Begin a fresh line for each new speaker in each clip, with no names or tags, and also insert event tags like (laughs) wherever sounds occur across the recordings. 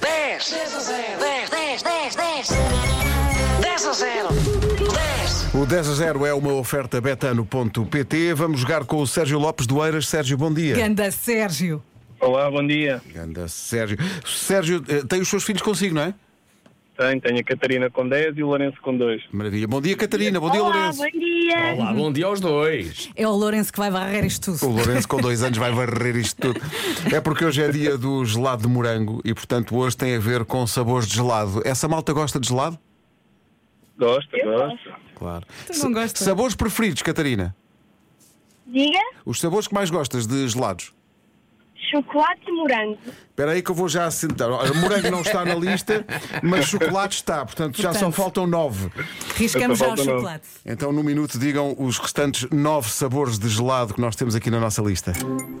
10. 10 a 0. 10, 10, 10, 10. 10 a 0. 10.
O 10 a 0 é uma oferta betano.pt. Vamos jogar com o Sérgio Lopes do Eiras. Sérgio, bom dia.
Ganda Sérgio.
Olá, bom dia.
Ganda Sérgio. Sérgio, eh, tem os seus filhos consigo, não é?
Tenho, tenho a Catarina com 10 e o Lourenço com 2.
Maravilha. Bom dia, Catarina. Bom dia, Lourenço.
dia. Olá, bom dia aos dois.
É o Lourenço que vai varrer isto
O
tudo.
Lourenço com dois anos vai varrer isto tudo. É porque hoje é dia do gelado de morango e, portanto, hoje tem a ver com sabores de gelado. Essa malta gosta de gelado?
Gosta, gosta.
Claro.
Tu não gostas?
Sabores preferidos, Catarina?
Diga,
Os sabores que mais gostas de gelados?
chocolate e morango.
Espera aí que eu vou já assentar. Olha, Morango não está na lista, mas chocolate está. Portanto, já só
Portanto.
faltam nove.
Riscamos já o
Essa falta não.
chocolate.
Então, no minuto, digam os restantes nove sabores de gelado que nós temos aqui na nossa lista.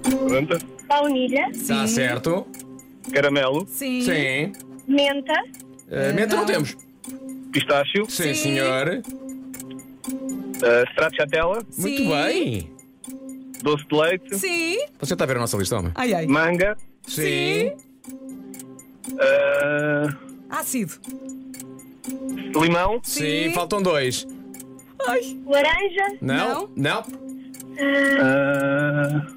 Pronta?
Baunilha,
Está Tá certo?
Caramelo,
Sim.
Sim.
menta,
Uh, menta não temos.
pistácio,
Sim, senhor.
uh, stracciatella,
Muito
Sim.
bem.
doce de leite,
Sim.
Você está a ver a nossa lista, homem?
Ai, ai.
manga,
Ah, Sim.
uh,
Ácido.
limão,
Sim,
Sim.
faltam dois.
Ai.
laranja,
Não? Não?
eh, uh,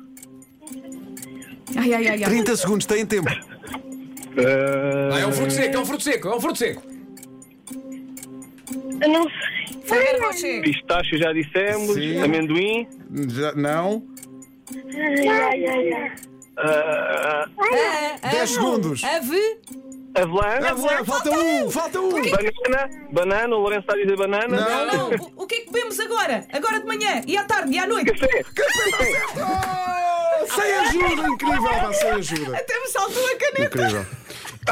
Ai, ai, ai. ai.
30 segundos, têm tempo.
uh,
Ah, é um fruto seco, é um fruto seco, é um fruto seco.
eu não sei.
Faber Rocher.
pistácio já dissemos,
Sim.
amendoim,
Já- não?
Ai, ai, ai, ai.
uh,
Ah, ah,
10
ah,
segundos.
Ave.
avelã,
Avelã, falta um! Falta um!
banana, banana, o Lourenço está a dizer banana.
Não, não. O, o que é que bebemos agora? Agora de manhã e à tarde e à noite?
Café.
Oh,
um?
sem
Ah,
ajuda, incrível! pá, Sem ajuda.
Até me saltou a caneta.
Incrível.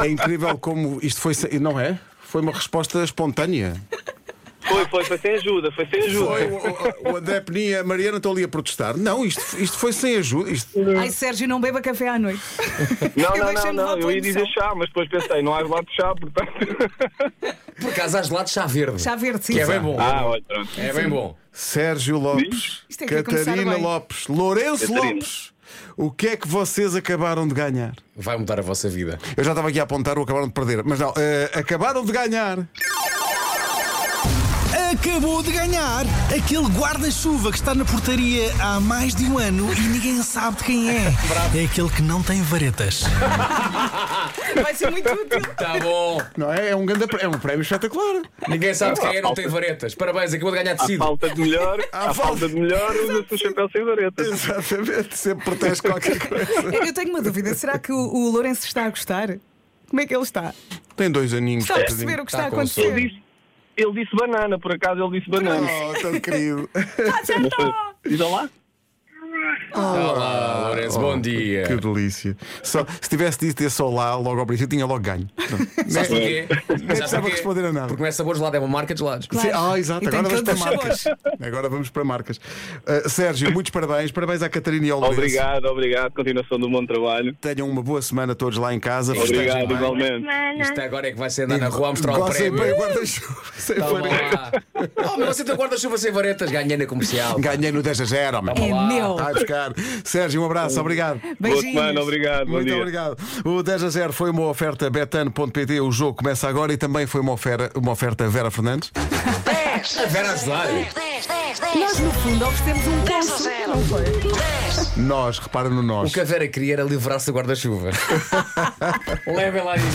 É incrível como isto foi. sem- Não é? Foi uma resposta espontânea.
Foi, foi, foi sem ajuda, foi sem ajuda.
Foi, o, o, o André Peninha e a Mariana estão ali a protestar. Não, isto, isto foi sem ajuda. Isto...
Ai, Sérgio, não beba café à noite.
Não,
(laughs) Eu
não, não,
deixei-me levar
não,
pela
eu ia
emoção.
dizer chá, mas depois pensei, não há lá de chá, portanto.
Por acaso há gelado de chá verde.
Chá verde, sim.
Que é bem
(laughs)
bom.
ah, olha, pronto.
É bem bom.
Sérgio Lopes,
Isto é que vai começar
Catarina
bem.
Lopes, Lourenço
Catarina.
Lopes, o que é que vocês acabaram de ganhar?
Vai mudar a vossa vida.
Eu já estava aqui a apontar o acabaram de perder, mas não, eh, acabaram de ganhar.
Acabou de ganhar aquele guarda-chuva que está na portaria há mais de um ano e ninguém sabe de quem é. É aquele que não tem varetas.
Vai ser muito útil.
Tá bom.
Não é? É um, grande, pré- é um prémio espetacular. (laughs)
Ninguém sabe quem é, não tem varetas. Parabéns, acabou de ganhar
À
tecido.
falta
(laughs)
de melhor, à
falta-
falta de
(laughs)
melhor, usa-se o chapéu sem varetas.
Exatamente, sempre protege qualquer coisa.
Eu tenho uma dúvida. Será que o, o Lourenço está a gostar? Como é que ele está?
Tem dois aninhos.
Está a perceber o que está a
Está Tá com
acontecer?
sono.
disse, ele disse banana, por acaso ele disse banana.
Oh, tão
(laughs)
querido.
Mas foi-
Oh.
Diz lá.
Olá, Lourenço, bom dia.
Que delícia. Só, se tivesse dito esse olá logo ao princípio, tinha logo ganho.
Sabes porquê? Sabes
precisava
porquê?
responder a nada.
Porque não é sabor gelado, é uma marca de gelados.
Sim, ah, exato.
E tem
Agora vamos para
todos
marcas.
os
Agora vamos para marcas. Uh, Sérgio, muitos parabéns. Parabéns à Catarina e ao Lourenço.
Obrigado, obrigado. Continuação do bom trabalho.
Tenham uma boa semana todos lá em casa. Festejem
Obrigado,
bem.
igualmente.
Isto
Semana.
agora é que vai ser andar na rua a mostrar o
Gozem
prémio.
bem o guarda-chuva. sem
Tá bom
farinha.
lá. Oh, mas você tem guarda-chuva sem varetas, ganhei na comercial.
Ganhei no 10 a 0,
Tá
homem.
É meu.
Vai buscar. Sérgio, um abraço. Obrigado.
Boa
Beijinhos.
semana, obrigado. Bom
Muito
dia.
obrigado. O 10 a 0 foi uma oferta betano.pt. O jogo começa agora e também foi uma oferta, uma oferta Vera Fernandes.
10.
A Vera ajudar.
10, 10, 10,
Nós,
10.
no fundo, oferecemos um
10 a
curso.
0.
Não foi?
10.
Nós, repara no nós.
O que a Vera queria era livrar-se do guarda-chuva. Levem lá isso.